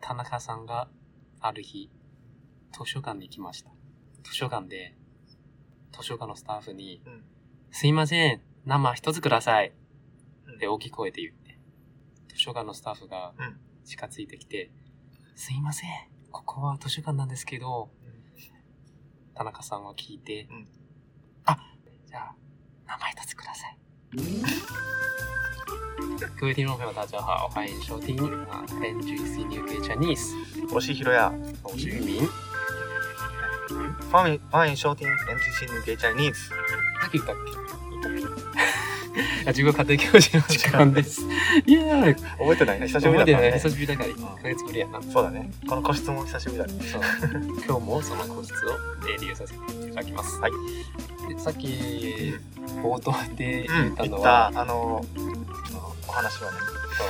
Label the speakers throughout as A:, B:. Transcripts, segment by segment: A: 田中さんがある日、図書館に来ました。図書館で、図書館のスタッフに、
B: うん
A: すいません、生一つください
B: うん
A: って大きい声で言って、図書館のスタッフが
B: うん
A: 近づいてきて、すいません、ここは図書館なんですけど、田中さんは聞いて、
B: うん
A: あ、じゃあ、名前一つください。 各位听众朋友，大家好，欢迎收听啊，NGC New K Chinese，
B: 我是 Hiroya，
A: 我是玉明。
B: 欢迎欢迎收听 NGC New Gay Chinese。
A: 何言ったっけ あ自分家庭教師の時間です。いやー、
B: 覚えてないね久しぶりだ
A: 覚えて
B: った
A: ない
B: ね
A: 久。しぶりだから、1ヶ月ぶりやな。
B: そうだね。この個室も久しぶりだね。
A: そう 今日もその個室を、えー利用させていただきます。
B: はい
A: でさっき、えー冒頭で
B: う
A: 言
B: ん。
A: った
B: 行
A: の
B: った
A: は、
B: あのお話はね。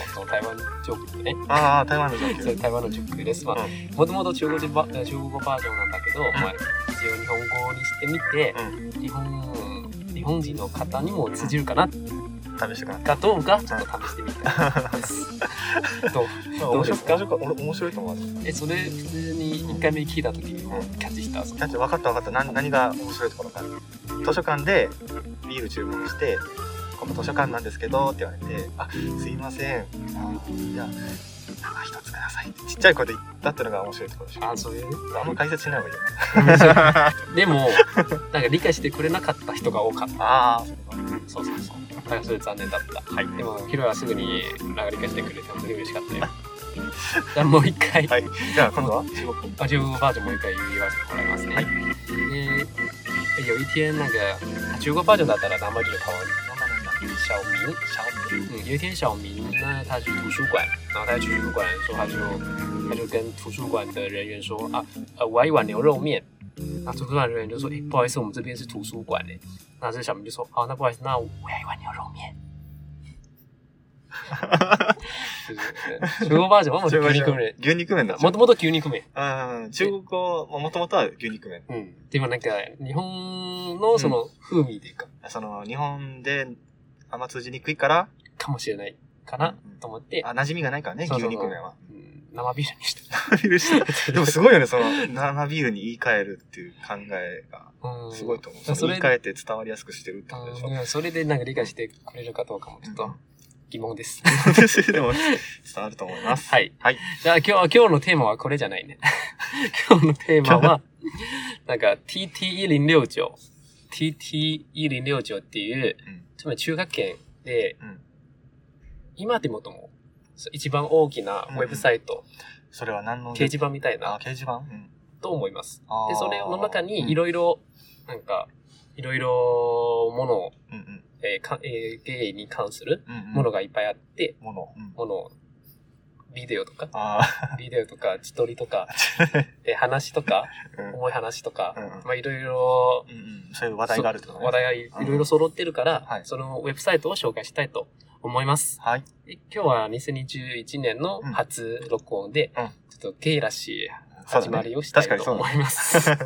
A: そうそう台湾ジョークでね。
B: ああ台湾の状
A: そう
B: 況。
A: 台湾のジョークです。まあ
B: う
A: もともと中国人バ中国語バージョンなんだけど、まあ、一応日本語にしてみて、日本日本人の方にも通じるかな
B: 試してくだ
A: かどうかちょっと試してみたいです。 どう
B: さい。
A: ど
B: 面
A: うで
B: 白
A: すか
B: い面白いお面白いと思う。キ
A: えそれ普通に1回目聞いた時にもうキャッチしたそ
B: ャッチ分かった分かった。何何が面白いところか。図書館でビール注文して。ここ図書館なんですけどって言われて「あすいませんじゃあ生一つください」ってちっちゃい声で言ったってのが面白いところでしょ
A: あ そういう
B: あんま解説しない方がいいよね
A: でもなんか理解してくれなかった人が多かった
B: ああ
A: そうそうそうだからそれ残念だった、はい、でもヒロはすぐになんか理解してくれて本当に嬉しかったよじゃあもう一回、
B: はいじゃあ今度は
A: 把这部バージョンもう一回言わせてもらいますね。
B: はい
A: で、有一天那个中国バージョンだったら名前就是台湾小明，小明。嗯，有一天小明呢，他去图书馆，然后他在图书馆的时候，他就他就跟图书馆的人员说啊，呃，我要一碗牛肉面。那图书馆人员就说，哎、不好意思，我们这边是图书馆哎。那这小明就说，好、那不好意思，那我要一碗牛肉面。就是中国バージョンはもう牛肉麺。
B: 牛肉麺だ
A: もともと牛肉麺。
B: うん中国語もともとは牛肉麺
A: うん。でもなんか、日本のその風味でいうか、
B: その日本であんま通じにくいから
A: かもしれないかなと思って、
B: あ馴染みがないからね
A: そう
B: 牛
A: そうそう
B: 肉麺は
A: うん、生ビールにした。
B: でもすごいよねその生ビールに言い換えるっていう考えが
A: うん。
B: すごいと思う、
A: うん
B: その言い換えて伝わりやすくしてるってことでしょ、
A: うんうんそれでなんか理解してくれるかどうかもちょっと疑問です。
B: 私でも伝わると思います
A: はい。
B: はい
A: じゃあ今日、今日のテーマはこれじゃないね。 今日のテーマは、なんか TT1069。TT1069 っていう、
B: うん
A: つまり中学圏で、
B: うん
A: 今でもとも、一番大きなウェブサイト、
B: それは何の
A: 掲示板みたい
B: あ
A: な
B: 掲示板、うん、
A: と思います。
B: あー
A: で、それの中にいろいろ、なんか、いろいろものを、
B: うんうん
A: えーかえーゲイに関する
B: うんうん
A: ものがいっぱいあって、
B: もの、うん、
A: もの、ビデオ とか、
B: ああ
A: ビデオとか、自撮りと か、えー話とか、
B: うん
A: 重い話とか
B: うんうん、
A: まあいろいろ、
B: うんうんそういう話題があるってこと
A: そう話題がいいろいろ揃ってるから、
B: はい
A: そのウェブサイトを紹介したいと思います。
B: はい。
A: で今日は2021年の初録音で、
B: うんうん
A: ちょっとゲイらしい
B: そう
A: 始
B: だ
A: ま
B: ね
A: りをしたい
B: 確かに
A: と
B: そうだ
A: 思います。 今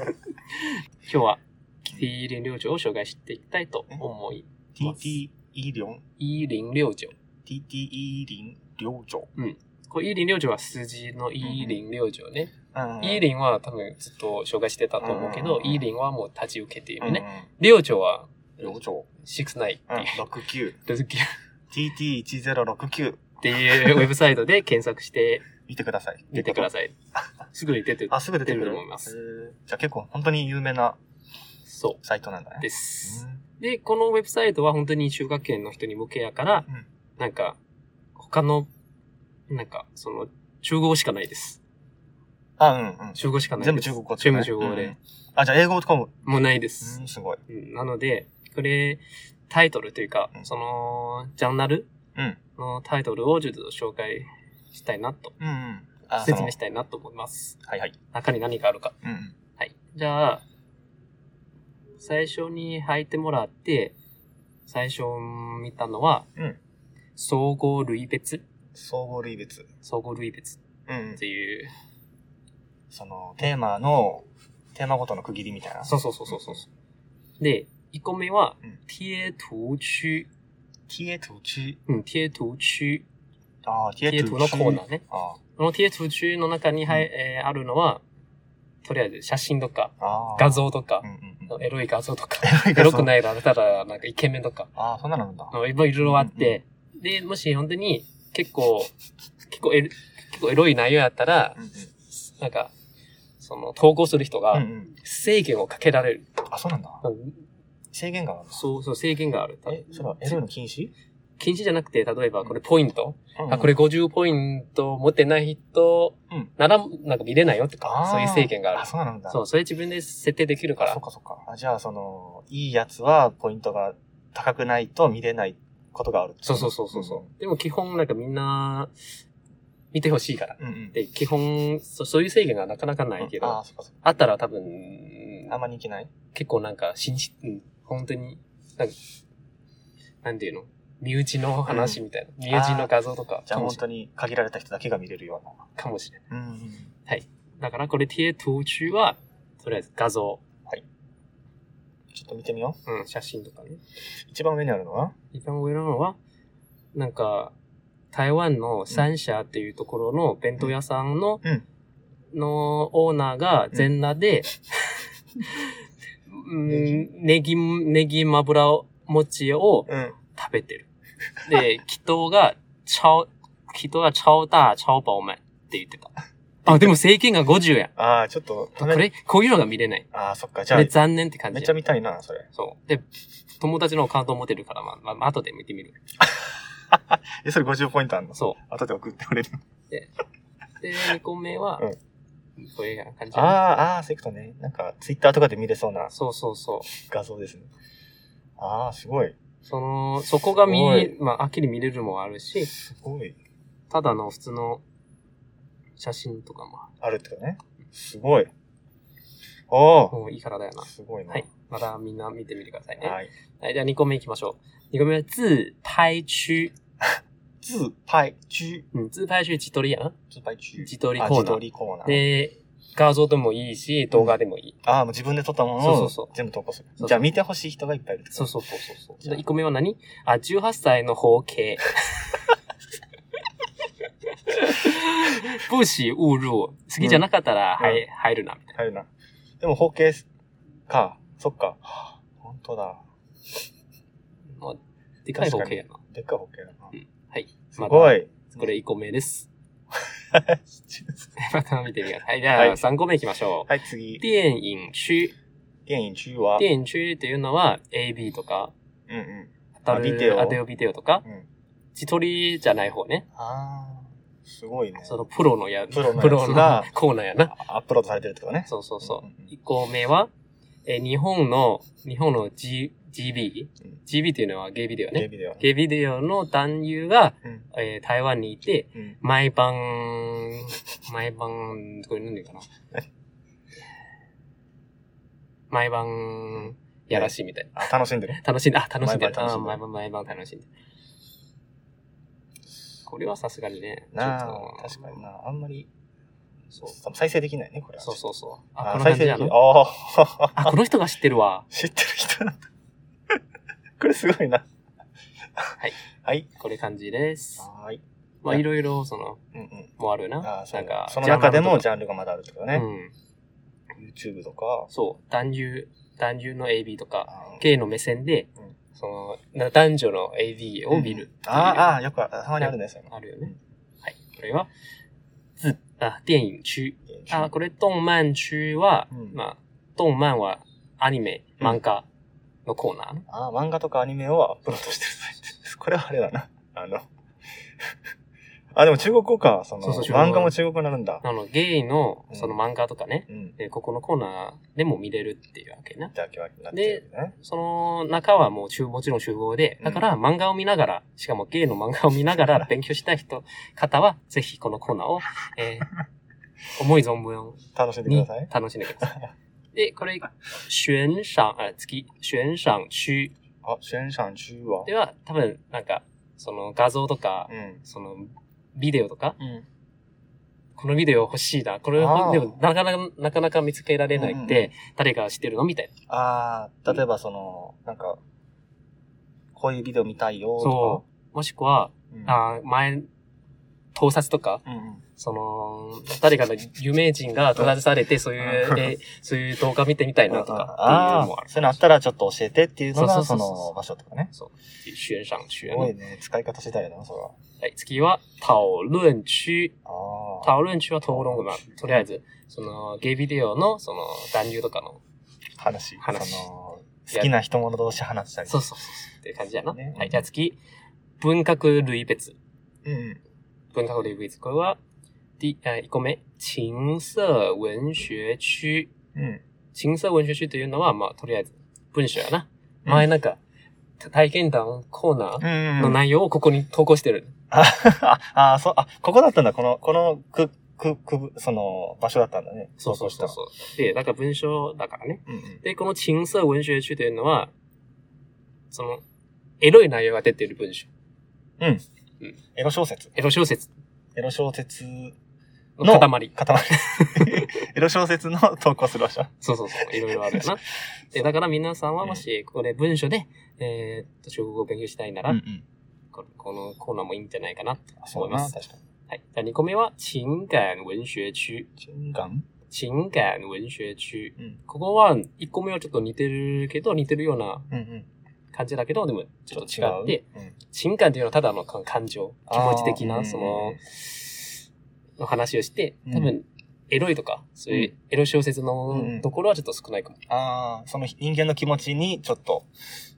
A: 日は、T 零六条を紹介していきたいと思い、
B: TT イリョン、
A: E 零六条。
B: TT イリン領長。
A: これ E 零六条は数字の E 零六条ね。
B: うん
A: E 零は多分ずっと紹介してたと思うけ
B: うん
A: ど
B: う、ん
A: E 零はもう立ち受けているね。
B: ね。
A: 領条は
B: 領長。
A: 69
B: うん、
A: っ
B: 69。
A: ていう
B: TT1069。
A: っていうウェブサイトで検索して
B: 見てください。
A: みてくだ
B: さい。
A: さい。すぐに出てる。
B: あ、すぐ出てく
A: 出てくる
B: る
A: と思います
B: へーじゃあ結構本当に有名な
A: そ
B: サイトなんだ
A: う
B: ね。
A: です
B: う。ん
A: で、このウェブサイトは本当に中学圏の人に向けやから、
B: うん
A: なんか、他の、なんか、その、中国語しかないです。
B: あ、うんうん。
A: 中国語しかないです。
B: 全部中国語って
A: 全部
B: ことね
A: 中国語
B: うんう
A: で
B: ん。あ、じゃあ英語とかも。
A: もうないです
B: う。ん、すごい。
A: うんなので、これ、タイトルというか
B: う、ん
A: その、ジャンナル
B: うん。
A: のタイトルをちょっと紹介したいなと、
B: うんうん。あ。
A: 説明したたいなと思います。
B: はいはい。
A: 中に何があるか。
B: うんうん。
A: はい。じゃあ、最初に履いてもらって、最初見たのは、
B: うん
A: 総合類別
B: 総合類別。
A: 総合類別
B: うんうん
A: っ。ていう。
B: その、テーマの、テーマごとの区切りみたいな。
A: そうそうそうそうそう。で、1個目は
B: うん、
A: 贴图区。
B: T え途中。
A: うん、贴图区。
B: ああ、テ
A: ティエトゥのコーナーね。
B: あー
A: このティエトゥ中の中に、はいえーあるのは、とりあえず写真とか、
B: あー。
A: 画像とか
B: うん、うんうん。
A: エロい画像と か、
B: エ
A: エロく
B: い。
A: ないだったら、なんかイケメンとか、
B: ああ、そんなのあるんだ。
A: いろいろあって、で、もし本当に結構、結構エロ結構エロい内容やったら
B: う、んうん
A: なんか、その、投稿する人
B: う
A: が
B: んうん。
A: 制限をかけられる。
B: あ、そうなんだ。
A: うん
B: 制限があるんだ。
A: そう、そう、制限がある。
B: え、それはエロいの禁止
A: 禁止じゃなくて、例えばこれポイント。
B: うんうん
A: あ、これ50ポイント持ってない人
B: うん
A: なら、なんか見れないよとか
B: あ、ー
A: そういう制限があ
B: あ、
A: る。
B: そうなんだ。
A: そう、それ自分で設定できるか
B: あそ
A: ら
B: っ。かそっか。あじゃあ、その、いいやつはポイントが高くないと見れないことがある。
A: そうそうそうそうそうう。でも基本なんかみんな、見てほしいから。
B: うんうん。
A: で、基本そ、そういう制限がなかなかないけど、
B: あ
A: あ
B: あ、そっかそっか。
A: ったら多分、
B: あんまりいけない
A: 結構なんか信じ、うん本当に、なんか、なんていうの身内の話みたいな。身内の画像とか
B: じゃ
A: か
B: あ、
A: も
B: 本
A: しれ
B: 当に限られた人だけが見れるよう
A: かもしれない。
B: な。うんうん。
A: だからこれ、ティエ途中は、とりあえず画像、
B: ちょっと見てみよ
A: うん、写真とかね。
B: う。一番上にあるのは
A: 一番上なのは、なんか、台湾の三社っていうところの弁当屋さんの、
B: うん
A: のオーナーが全裸で、うん、ネギ、ネギまぶら餅を
B: うん。
A: 食べてる。 で、人が超、人が超大、超饱満って言ってた。あ、でも制限が50やん。
B: ああ、ちょっと、
A: これ、こういうのが見れない。
B: ああ、そっか。じゃ
A: こ
B: あ
A: れ、残念って感
B: めっ
A: じ
B: ちゃ
A: や。
B: 見たいな、それ。
A: そう。で、友達のアカウント持ってるから、まあ、まあまあ、後で見てみる。
B: え、それ50ポイントあんの
A: そう。
B: 後で送ってくれる。
A: で、2個目は、
B: うん
A: こういう感じ
B: あ。あ、ああ、そういうことね。なんか、ツイッターとかで見れそうな
A: そうそうそう。
B: 画像ですね。ああ、すごい。
A: その、そこが見
B: す、
A: まあ、秋に見れるのもあるし、
B: すごい。
A: ただの普通の写真とかもあ
B: あるってことね。すごい。お
A: る、
B: お、
A: もういいからだよな。
B: すごいな。
A: はい。またみんな見てみてくださいね。
B: はい。
A: はい、じゃあ2個目行きましょう。2個目は、自拍区。
B: 自拍中。
A: うん、自拍区自撮りやん。
B: 自拍中。
A: 自撮り
B: あ
A: コーナー
B: 自撮りコーナー。
A: で、画像でもいいし、動画でもいい。
B: ああ、もう自分で撮ったも
A: そう
B: の
A: そうそう
B: を全部投稿する。
A: そう
B: じゃあ見てほしい人がいっぱいいるってこと
A: そうそうそうそうそう。1個目は何あ、18歳の方 形。不死勿入。好きじゃなかったら入,、入るな、みたい
B: 入るな。でも、方形か。そっか。はあ本当だ。
A: な。まあ、でかい方形やな。
B: でっかい方形だな。
A: はい。
B: すご
A: い。
B: い。
A: これ1個目 です。
B: は
A: また見てみよう。はい。じゃ
B: は
A: あ
B: い
A: 3個目行きましょう。
B: い、次。
A: 電影区。
B: 電影中は、
A: 電影区っていうのは AB とか、
B: うんうん。
A: 当たる
B: ビデオ
A: アデオビデオとか、
B: うん。
A: 自撮りじゃない方ね。
B: ああ、すごいね。
A: そのプロのや、
B: プロのやつが
A: コーナーやな。
B: アップロードされてるってことね。
A: そうそうそう
B: うんうんうん。
A: 一個目は、えー日本の、日本の、G、GB?GB
B: うん
A: っていうのはゲイビデオ
B: テレ
A: ね。
B: ビではね。
A: ゲイビデオの男優が、
B: うん
A: えー台湾にいて、
B: うん。
A: 毎晩、 毎晩、これ何でかな
B: 何
A: 毎晩、やらしいみたいな。
B: あ、楽しんでる。
A: 楽しんで、あ、楽しんでる
B: 毎晩楽しんでる
A: あ毎晩、毎晩楽しんでるこれはさすがにね、
B: な
A: ち
B: あ、
A: ょっと
B: 確かにな。あんまり、
A: そう
B: 再生できないね、これは。
A: そうそうそう。あ、
B: あ
A: この感
B: 再生
A: じ
B: で
A: や
B: きない。
A: な。
B: あ
A: あ、
B: あ、
A: この人が知ってるわ。。
B: 知ってる人なんだ。 これすごいな。はいはい。
A: これ感じです。
B: はーい。
A: まあ、いろいろ、その、
B: うんうん。
A: もあるな。
B: ああ、そ
A: な
B: うん
A: か
B: か。、その中でもジ
A: ゃ
B: ャンルがまだあるってこと
A: あ
B: ね。
A: うん。
B: YouTube とか、
A: そう、男優、男優の AV とか、
B: あー
A: ゲイの目線で
B: うん、
A: その、な男女の AV を見る。
B: あー
A: あ、
B: あー、よくあ、たまにあるね、そういうの。
A: あるよね。はい。これは、ず、あ、電影区。あ、これ、動漫区は、
B: うん
A: まあ、動漫はアニメ、
B: うん
A: 漫画のコーナーね。
B: ああ、漫画とかアニメをアップロードしてるサイトです。これはあれだな。あの、 あ、でも中国語か。その、
A: そうそう中国語
B: 漫画も中国語になるんだ。
A: あの、ゲイの、その
B: うん
A: 漫画とかね、
B: うん。
A: でここのコーナーでも見れるっていうわけな。
B: ってわけになってるね。
A: その中はもう中、もちろん集合で、
B: うん
A: だから漫画を見ながら、しかもゲイの漫画を見なが ら勉強したい人、方は、ぜひこのコーナーを、え ー思い存分
B: 楽しんでくだ
A: に
B: さい。
A: 楽しんでくだ さい。で、これ、悬賞、あ、次、悬賞中
B: あ、宣传中は。
A: では、多分、なんか、その画像とか
B: う、ん。
A: その、ビデオとか、
B: うん。
A: このビデオ欲しいな。これ、で
B: あー
A: も、なかなか、なかなか見つけられないっ
B: うんう
A: て、誰がしてるのみたいな。
B: ああ、例えばその、なんか、こういうビデオ見たいよとか。
A: そもしくは、
B: うん。
A: あー前、盗撮とか、
B: うんうん。
A: その、誰かの有名人が盗撮されて、そういう、えそういう動画見てみたいなとか、っていうの
B: あ
A: もあ
B: あ、
A: る。
B: そういうのあったらちょっと教えてっていうの
A: そ
B: が、
A: うそ
B: そう
A: そうそう
B: の場所とかね。
A: 悬赏
B: す
A: 圈。
B: ごいね。使い方次第だな、それは。
A: はい、次は、討論区。
B: ああ。
A: 討論区は討論が、とりあえず、その、ゲイビデオの、その、男優とかの、
B: 話。
A: 話
B: その、好きな人物同士話したり。
A: そうそうそうそう、っていう感じやな。
B: ね
A: はい、じゃあ次、文学類別。
B: うんうん。
A: 文学類別、これは、第、えー、1個目、情色文学区。
B: うん。
A: 情色文学区というのは、まあ、とりあえず、文章やな。
B: うん
A: 前なんか、体験談コーナ
B: う
A: ー
B: んう
A: の
B: ん。
A: 内容をここに投稿してる。
B: あ、ああ、そう、あ、ここだったんだ。この、この、く、く、くぶ、その、場所だったんだね。
A: そうそうそうそう。で、だから文章だからね。
B: う。うんうん。
A: で、この情色文学区というのは、その、エロい内容が出ている文章。
B: エロ小説。
A: エロ小説
B: エロ小説
A: の塊。
B: 塊。エロ小説の投稿する場所。
A: そうそう そう。いろいろあるよな。で、だから皆さんはもし、これ文章で、えーっと、中国語を勉強したいなら、
B: ん。
A: ここのコーナーもいいんじゃないかなと
B: あそ
A: 思
B: う
A: い
B: だ
A: ま
B: な、
A: す。
B: 確かに。
A: はい。じゃあ2個目は、情感文学区。
B: 人間
A: 情感文学区。
B: うん
A: ここは、1個目はちょっと似てるけど、似てるような
B: うんうん。
A: 感じだけど、でもちょっ
B: ちょ
A: と違
B: っ
A: っ
B: と違
A: て
B: う、。うん
A: 情感っていうのはただの感感情、気持ち的
B: あー
A: な、その
B: うん、
A: の話をして
B: う、ん
A: 多分、エロいとか、そういううエロ小説のところはちょっと少ないかも。
B: ああ、その人間の気持ちにちょっと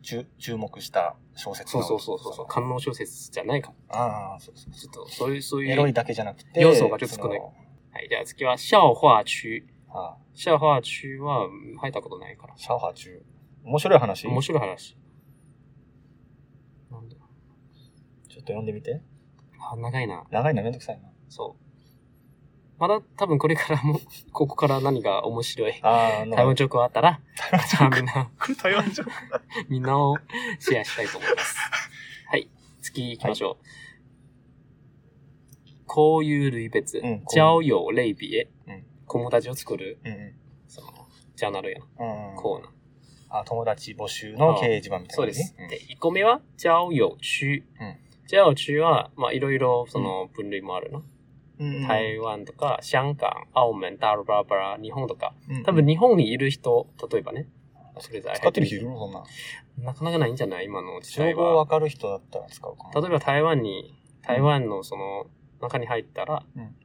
B: 注注目した小説
A: そ
B: の
A: うそうそうそうそう。官能小説じゃないかも。
B: ああ、そうそう
A: ちょっと、そういう、そういう。
B: エロいだけじゃなくて、
A: 要素がちょっと少ない
B: その。
A: はい、じゃあ次は、笑話区。
B: ああ、
A: 笑話区は、うん入ったことないから。
B: シャオハ中。面白い話
A: 面白い話。なんだ
B: ちょっと読んでみて。
A: あ、長いな。
B: 長いのめんどくさいな。
A: そう。まだ多分これからも、 ここから何が面白い
B: ああ、
A: 台湾ジョークがあったら、じゃあみんな、
B: ク。台湾上。
A: みんなをシェアしたいと思い ます。はい。次行きましょう。こういう類別
B: うん。
A: 交友類別
B: うん。
A: 友達を作る、
B: うんうん。
A: その、ジャーナルやな。
B: うん、
A: コーナー。
B: あ友達募集の掲示板みたい
A: そ
B: な、ね。
A: うです。
B: ん
A: で、1個目は、交友区。
B: うん
A: 交友区は、まあ、いろいろ、その、分類もあるの。
B: うんうん、
A: 台湾とか、香港、澳門、大陸、バラバラ、日本とか。
B: うん
A: 多分、日本にいる人、例えばね。それぞれ
B: 使ってる人いるのそんな。
A: なかなかないんじゃない今の時代
B: 情報わ
A: は。
B: かる人だったら使うかな。
A: 例えば、台湾に、台湾のその、中に入ったら、
B: うん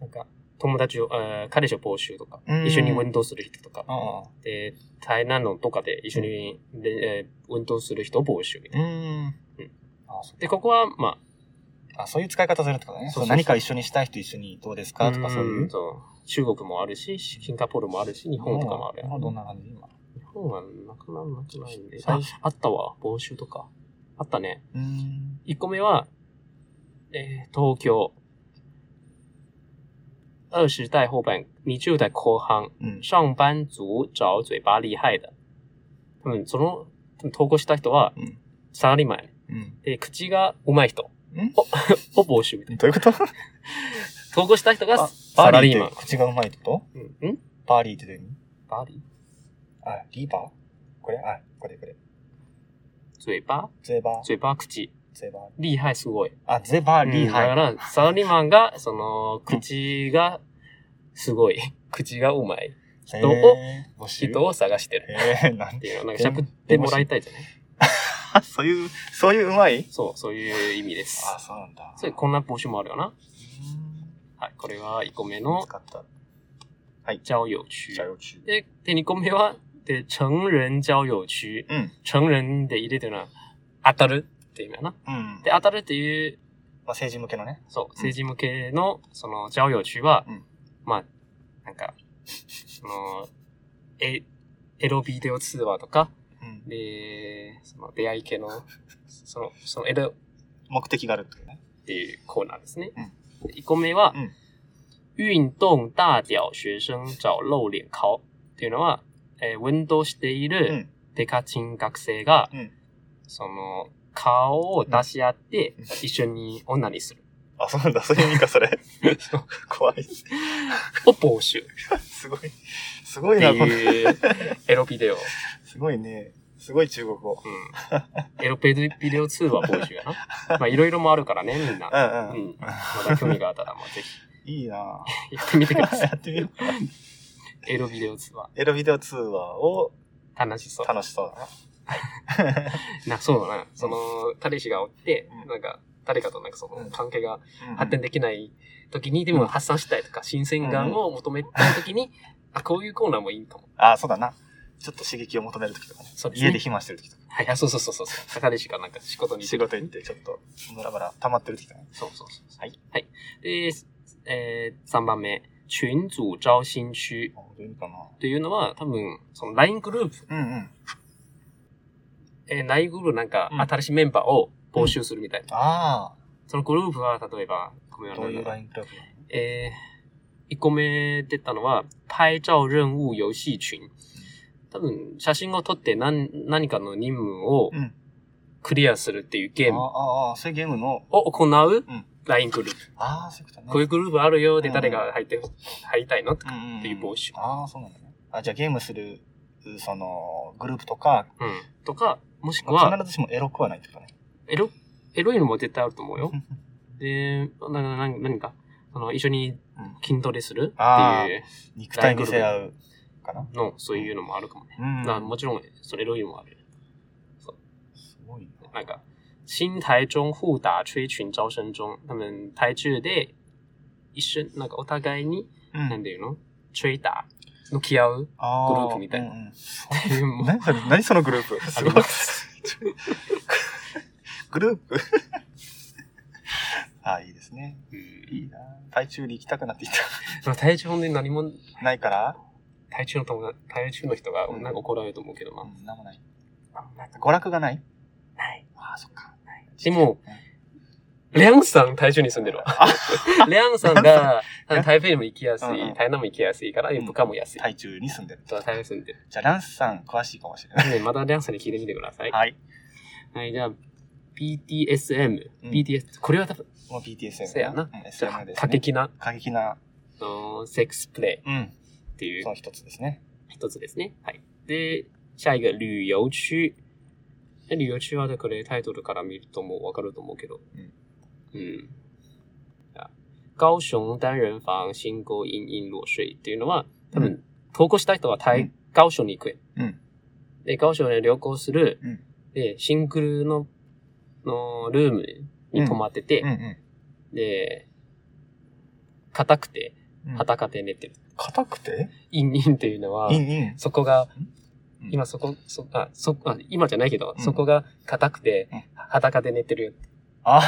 A: なんか、友達を、えー彼氏を募集とか、
B: うん
A: 一緒に運動する人とか、
B: ああ。
A: で、台南のとかで一緒に、でえー運動する人を募集みたいな
B: うん。あそう
A: で、ここは、ま
B: あ、そういう使い方するってこと
A: そうそ
B: ね。
A: うそう
B: そう何か一緒にしたい人一緒にどうです
A: あ、
B: かとかそういう。
A: そう中国もあるし、シンガポールもあるし、日本とかもある
B: 日。本どんな感じ今。
A: 日本はなくなるなくないんで。
B: 最
A: あ
B: 初、
A: あったわ。募集とか。あったね。
B: うん。
A: 1個目は、えー東京。20代後半、20代後半、
B: うん。
A: 上班族找嘴巴厉害的。多分、その、多分投稿した人は
B: うん、
A: サラリーマン。
B: うん。
A: で、口が上手い人
B: ん
A: を募集みたいな。
B: どういうこと
A: 投稿した人がサ
B: パ
A: ラ
B: ー
A: リ
B: リ
A: ー
B: ー
A: マ
B: って口がうまいってこと
A: ン。うんん
B: パーリーってどういう意味
A: 巴黎
B: あ、リーバーこれあ、これこれ。
A: 嘴巴、
B: ゼバー。
A: 嘴巴、口。
B: ゼバー。
A: 厉害すごい。
B: あ、ゼバー、リー
A: だ
B: ハイ。
A: から、サラリーマンが、その、口が、すごい。 口がうまい
B: 人
A: を
B: 募集。
A: 人を探してる。
B: えー、なん
A: って
B: で。
A: いうの、なんか、しゃぶってもらいたいじゃない
B: あ、そういう、そういううまい
A: そう、そういう意味です。
B: あ、そうなんだ。
A: そう、こんな帽子もあるよな。
B: うん
A: はい、これは1個目の、
B: 使った。
A: 交友区。
B: 社用中。
A: で、で、2個目は、で、成人交友区。
B: うん。
A: 成人で入れてるのは、当たるっていう意味やな。
B: うん。
A: で、
B: ま
A: 当たるっていう
B: あ、政治向けのね。
A: そう、政治向けの、その、ジャオヨチは、
B: うん
A: まあ、なんか、その、え、エロビデオ通話とか、
B: うん。
A: で、その、出会い系の、その、その、エロ
B: 目的があるってことね。
A: っていうコーナーですね。
B: う
A: で1個目は、
B: うん
A: 運動大屌学生找露脸顔っていうのは、えー運動していうる
B: ん。
A: デカチン学生が、
B: うん
A: その、顔を出し合って
B: うん、
A: 一緒に女に する。
B: あ、そうなんだ。そういう意味か、それ。 怖い。
A: を募集。
B: すごい。すごい
A: って
B: な、この。
A: いうエロビデオ。
B: すごいね。すごい中国語。
A: うん。エロペイビデオ通話募集やな。まあ、いろいろもあるからね、みんなう
B: う。んうん。
A: ん。まだ興味があったら、もうぜ
B: いいな ぁ
A: ひ、やってみてくだ さい。
B: やってみよう。
A: エロビデオ通話。
B: エロビデオ通話を
A: 楽しそう。
B: 楽しそうだな。
A: な、そうだな。その、彼氏がおって
B: う、ん
A: なんか、誰かとなんかそ
B: うん
A: の、関係が
B: うん
A: 発展できない時に、で
B: うん
A: も発散したいとか、新鮮感を求めたい時に、あ、こういうコーナーもいいかも。
B: あ、そうだな。ちょっと刺激を求めるときとかね。
A: そうですね
B: 家で暇してるときとか。
A: はい、あ、そうそうそうそうそう。彼氏がなんか仕事に
B: 仕事行ってちょっと、バラバラ溜まってるときとかね。
A: そうそうそうそう。
B: はい。
A: はい。で、えー、3番目。群組招新区
B: あ、どういうかな。
A: というのは、多分、その LINE グループ、
B: うんうん。
A: えー、LINE グループなんか
B: うん
A: 新しいメンバーを募集するみたいな。
B: あ
A: そのグループは、例えば、この
B: あ、
A: よ
B: どう
A: う
B: い
A: な
B: うラインクラブなの
A: えー、1個目出たのは、拍照任務遊戏群。多分、写真を撮って何何かの任務を
B: うん
A: クリアするっていうゲーム
B: ああ、ああ、そういうゲームの、
A: を行う
B: うん
A: LINE グループ。
B: ああ、そういうことね。
A: こういうグループあるよで
B: うん
A: 誰が入って、入りたいのとか。
B: んんん
A: っていう帽子
B: ああ、そうなんだね。あ、じゃあゲームする、その、グループとか、
A: うん。とか、もしくは、
B: 必ずしもエロくはないってことかね。
A: エロ、エロいのも絶対あると思うよ。で、な、な、な、何か、その、一緒に筋トレするっ
B: あー
A: ていう
B: 肉体見せ合うかな。
A: の、そういうのもあるかもね。
B: うん
A: なもちろん、それエロいのもある。
B: すごいな。
A: なんか、新台中互打吹群招生中、他们台中で、一緒に、なんかお互いに、
B: うん
A: なんていうの吹打、向き合う。
B: あ
A: グループみたいな
B: うんうん
A: っていうもう
B: 何それ何そのグループ
A: あ
B: す
A: り
B: ご
A: ま。
B: い
A: す。
B: グループ ああ、いいですね。
A: うん
B: いいな。台中に行きたく なってきた。
A: まあ台中本当に何も、
B: ないから、
A: 台中の友達、台中の人がなんか怒られると思うけど、ま
B: うん、なんもない。
A: あ、なんか
B: 娯楽がない
A: ない。
B: ああ、そっか。ない
A: でも、リャンさん、台中に住んでるわ。 リャンさんが、台北にも行きやす
B: うんう
A: い
B: ん、
A: 台南も行きやすいから、部下も安い。
B: 台中に住んでる。
A: そう台北住んでる。
B: じゃあ、ランスさん、詳しいかもしれない。
A: ねまたリャンさんに聞いてみてください。
B: はい。
A: はい、じゃあ、BTSM、
B: うん
A: BTS、これは多分、
B: もう BTSM。
A: そうやな
B: うん SM です、
A: 過
B: ね。
A: 激な、
B: 過激な、
A: あのセックスプレ
B: うん。
A: イってい
B: そうの一つですね。
A: 一つですね。はい。で、下一个、旅遊区。で旅遊区は、これタイトルから見るともうわかると思うけど。
B: うん
A: うん。あ高雄单人房新婚因因落水っていうのは、多
B: う
A: 分、投稿した人は台、
B: うん
A: 高雄に行く。
B: うん
A: で、高雄で旅行する。
B: うん
A: で、シングルの、のルームに泊まってて、
B: うんうん
A: で、硬くて、
B: うん。
A: 裸で寝てる。
B: 硬くて
A: インインっていうのは
B: イ、ンイン。
A: そこが
B: うん、
A: 今そこ、そ、あ、そ、あ、今じゃないけど、
B: うん
A: そこが硬くて
B: うん、
A: 裸で寝てるよ。
B: あ、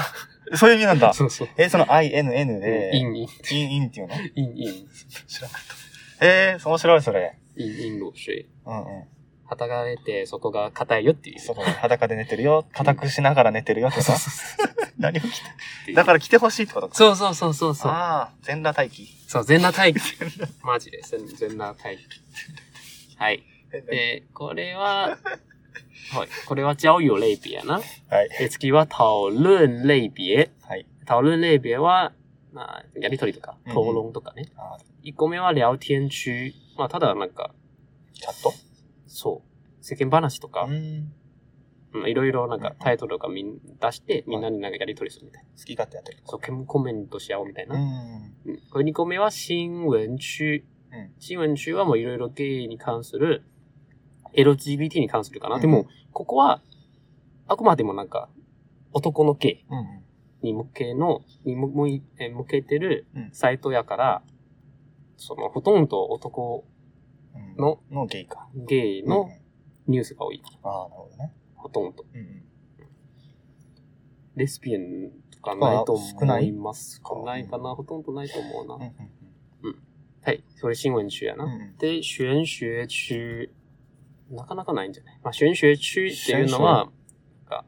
B: そういう意味なんだ。
A: そうそう。
B: え、その INN で、
A: インイン、
B: インインっていうの
A: インイン、
B: 知らなかった。えー、面白いそれ。
A: インイン露水。
B: うんうん。
A: 裸が出て、そこが硬いよっていう。、
B: そこで裸で寝てるよ。固くしながら寝てるよってさ。 何を着て。だからら着てほしいってことか。
A: そうそうそうそうそう。
B: ああ、全裸待機。
A: そう、全裸 待機。マジで、全全裸待機。はい。で、これ は、はい。これは交友類別やな。
B: はい。
A: で、次は討論類別。
B: はい。
A: 讨論類別は、まあ、やりとりとか、
B: うんうん
A: 討論とかね。
B: あー
A: 一個目は聊天中。まあ、ただなんか、
B: チャット
A: そう、世間話とか
B: う、ん。
A: うんいろいろなん
B: うん
A: かタイトルとかみん出して、みんなになんかやりとりするみたいな。
B: 好き勝手やってる。
A: そう、コメントし合おうみたいな。
B: うん。
A: うん。これ二個目は新聞中。
B: うん
A: 新聞中はもういろいろゲイに関する、LGBT に関するかな。
B: うん
A: でも、ここは、あくまでもなんか、男のゲ
B: うんうん。
A: イに向けの、に向向いえ向けてる
B: うん
A: サイトやから、その、ほとんど男、
B: うん
A: の、
B: のゲイか。
A: ゲイ
B: うん
A: の
B: うん
A: ニュースが多い。
B: ああ、なるほどね。
A: ほとんど。
B: うんうん。
A: レスピアンとかないと
B: あ少な
A: 思
B: い
A: います。
B: か
A: 少ないかな、ほとんどないと思うな。
B: うんうん
A: はい、それ新聞中やな。
B: うんうん
A: で、玄学区、なかなかないんじゃないまあ、玄学区っていうのは、なんか、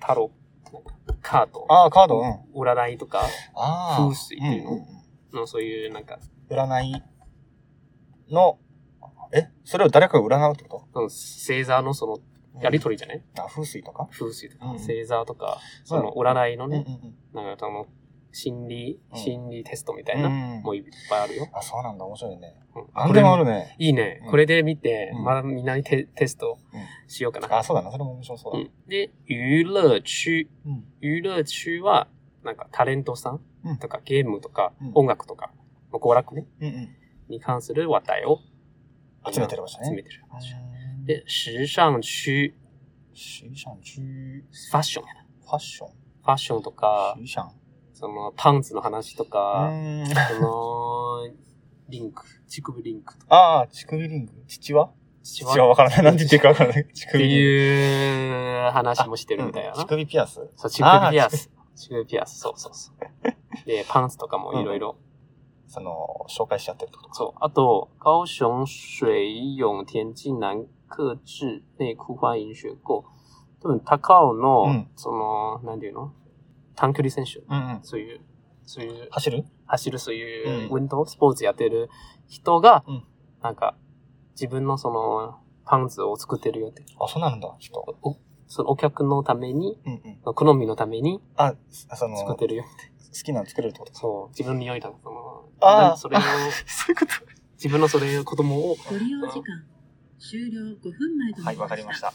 A: タロ、なんかカード、
B: ああ、カード、うん。
A: 占いとか、
B: あ
A: 風水っていうののそういう、なんか、
B: 占いの、えそれを誰かが占うってこ
A: その星座のその、
B: と
A: やりとりじゃない、
B: あ、風水とか
A: 風水と
B: う
A: か、
B: んうん
A: 星座とか、
B: そう
A: その
B: や
A: 占いの
B: うんうん
A: ね、
B: うん。
A: なんかその、心理、
B: うん
A: 心理テストみた
B: う
A: いな、
B: ん
A: もういっぱいあるよ。
B: あ、そうなんだ。面白いね。
A: うん
B: 何でもある
A: これ
B: ね。
A: いいね
B: うん。
A: これで見て、
B: うん
A: まだみんなにテテスト
B: うん
A: しようかな。
B: あ、そうだな。それも面白そう
A: う
B: だ。
A: ん、で、娱乐区。
B: うん
A: 娱乐区は、なんかタレントさ
B: うん
A: んとかゲームとか
B: うん
A: 音楽とか、まあ娯楽ね、
B: うんうん。
A: に関する話題を
B: 集めてる場所
A: 集
B: ね。
A: めてる。
B: うん、
A: で、時尚区、
B: シーシャン中、
A: ファッションやな。
B: ファッション。
A: ファッションとか
B: シ、ーシャン。
A: そのパンツの話と
B: う
A: か、
B: ーん。
A: その、リンク、乳首リンクとか、
B: ああ、乳首リング。父は
A: 父
B: 父
A: は
B: は
A: っ
B: わからない。なんて言ってるかわから ない。乳
A: て
B: 首リング。
A: いう話もしてるみたいや
B: うん
A: な
B: 乳。首ピアス。
A: そう、乳首ピアス。乳首ピアス、そうそうそう。で、パンツとかもいろいろ。
B: その、紹介しちゃってるってことか。
A: そう。あと、高雄水泳田近南克制内裤欢迎選購。多分、高尾の、
B: うん
A: その、なんていうの短距離選手。
B: うんうん。
A: そういう、そういう、
B: 走る
A: 走るそういうう、
B: ん
A: 運動、スポーツやってる人が、
B: うん
A: なんか、自分のその、パンツを作ってるよって。
B: あ、そうなんだ。ちょっと。
A: おそのお客のために、
B: うんうん。
A: 好みのために
B: あ、その、
A: 作っ
B: 好
A: てるよ。
B: きなの作れるってことか。
A: そう、自分の匂いだその、
B: あー
A: なんかそれを、
B: そういうこと。
A: 自分のそれ、子供を、
C: ご利用時間終了5分前とな
B: はい、
C: りま
B: わ
C: した。
B: かり ました。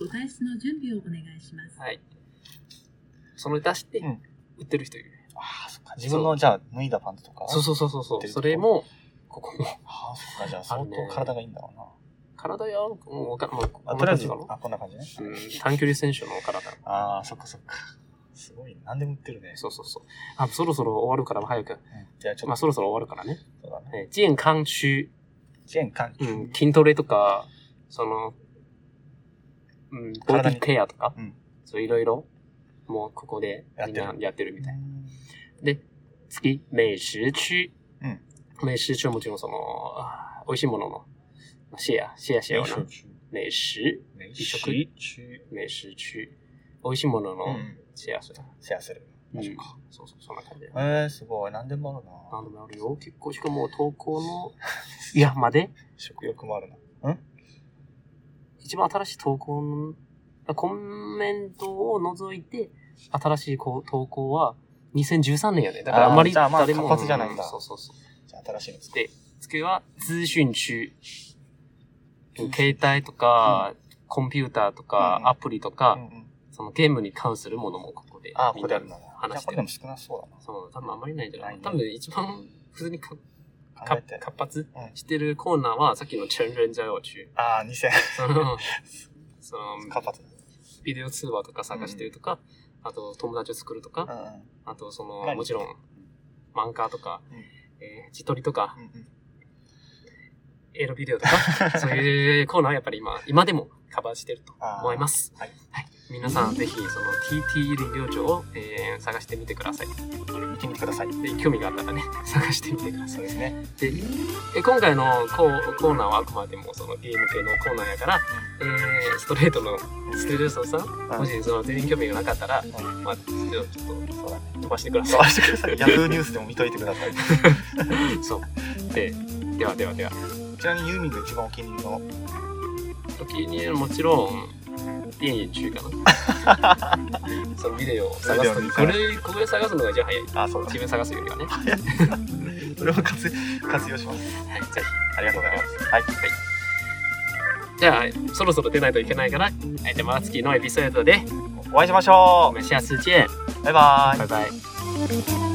C: お返しの準備をお願いします。
A: はい。それ出して
B: うん、
A: 売ってる人いる。
B: ああ、そっか。自分の、じゃあ、脱いだパンツとか。
A: そうそうそうそうそ
B: 売って
A: う。
B: る人
A: それも、ここも、
B: ああ、そっか。じゃあ、相
A: ある
B: 当
A: ね
B: 体がいいんだろうな。
A: 体や、もうわかんもうこん
B: あ、
A: な
B: とりあ
A: 感
B: えず
A: じか、な。
B: あ、こんな感じね。
A: うん、短距離選手の体。
B: ああ、そっかそっか。すごい。何でも売ってるね。
A: そうそうそう。あ、そろそろ終わるから、早く。
B: うんじゃあ、ちょ
A: まあ、
B: っ
A: そろそろ終わるからね。
B: とだね。
A: えー健康区、
B: 健康。
A: うん、筋トレとか、その、うん、ボデ
B: 体に
A: ィケアとか、
B: うん
A: そういろいろ、もうここで
B: やっ
A: み
B: て
A: ん
B: る
A: なやってるみたい。
B: うん
A: で、次、美食区。
B: うん。
A: 美食区はもちろんその、あー美味しいものの、まあシェア、シェアしような。美食、
B: 美
A: 食
B: 食中。
A: 美食区。美味しいものの
B: うん。
A: シェアする。
B: シェアする。
A: うん
B: そうか。
A: そうそう、そんな感じで。
B: ええ、すごい。何でもあ
A: 何
B: るな。
A: でもあるよ。結構、しかも投稿 の、いや、まで、
B: 食欲もあるな。
A: 一番新しい投稿の、あコメントを除いて、新しいこう投稿は2013年やね。だからあんまり
B: あーじゃあまあ
A: 誰も。
B: 活発じゃないんだ
A: うそうそうそう。
B: じゃあ、新しいの作る。
A: で、次は、通信中。携帯とか、コンピューターとか、
B: うん
A: アプリと
B: う
A: か、
B: んうん
A: そのゲームに関するものもここで。
B: ああ、ここである
A: みん
B: な。
A: な
B: じゃあ、
A: 話し
B: こ
A: て
B: れ
A: る
B: でも少なそうだな。
A: そう、多分あんまりないんじゃな
B: ない
A: い
B: ね
A: 多分一番普通にか
B: 考
A: か
B: えて。
A: 活発
B: うん
A: してるコーナーは、さっきのチェンレンジャーを中。
B: ああ、2000。
A: その、その
B: 活発。
A: ビデオ通話とか探してるとか、あと友達を作ると
B: う
A: か、
B: んうん。
A: あとそ
B: 管
A: の、
B: 理
A: もちろん、漫画とか、
B: うん
A: えー自撮りとか
B: う、んうん。
A: エロビデオと か、そういうコーナーはやっぱり今、今でもカバーしてると思います。
B: あーはい
A: 皆さんぜひ、その TT 林業長を、えー探してみてください。
B: 見てみてください。
A: で、興味があったらね、 探してみてくださ
B: そ
A: い。
B: うですね。
A: で、え今回のコーコーナーはあくまでもそのゲーム系のコーナーやから、えーストレートのストレートさん、もしその全員興味がなかったら、
B: うん
A: まあ、ちょっと
B: そうだね。
A: 飛ばしてください
B: 飛ば。してください。ヤフーニュースでも見といてください。
A: そう。で、ではではでは。
B: ちなみにユーミンの一番お気に入りの。
A: お気に入りはもちろん、電源中か な。そのビデオを探すとき、これ、ここで探すのが一番早い。
B: あ、そうだ
A: 自。分探すよりはね。はい、
B: それを活活用します。
A: ぜ
B: ありがとうございます。はい。
A: ひ。じゃあ、そろそろ出ないといけないから、はい、じゃあまた次のエピソードで
B: お会いしましょ
A: お会いしましょう。
B: う。バイバイ
A: バイ。バイ。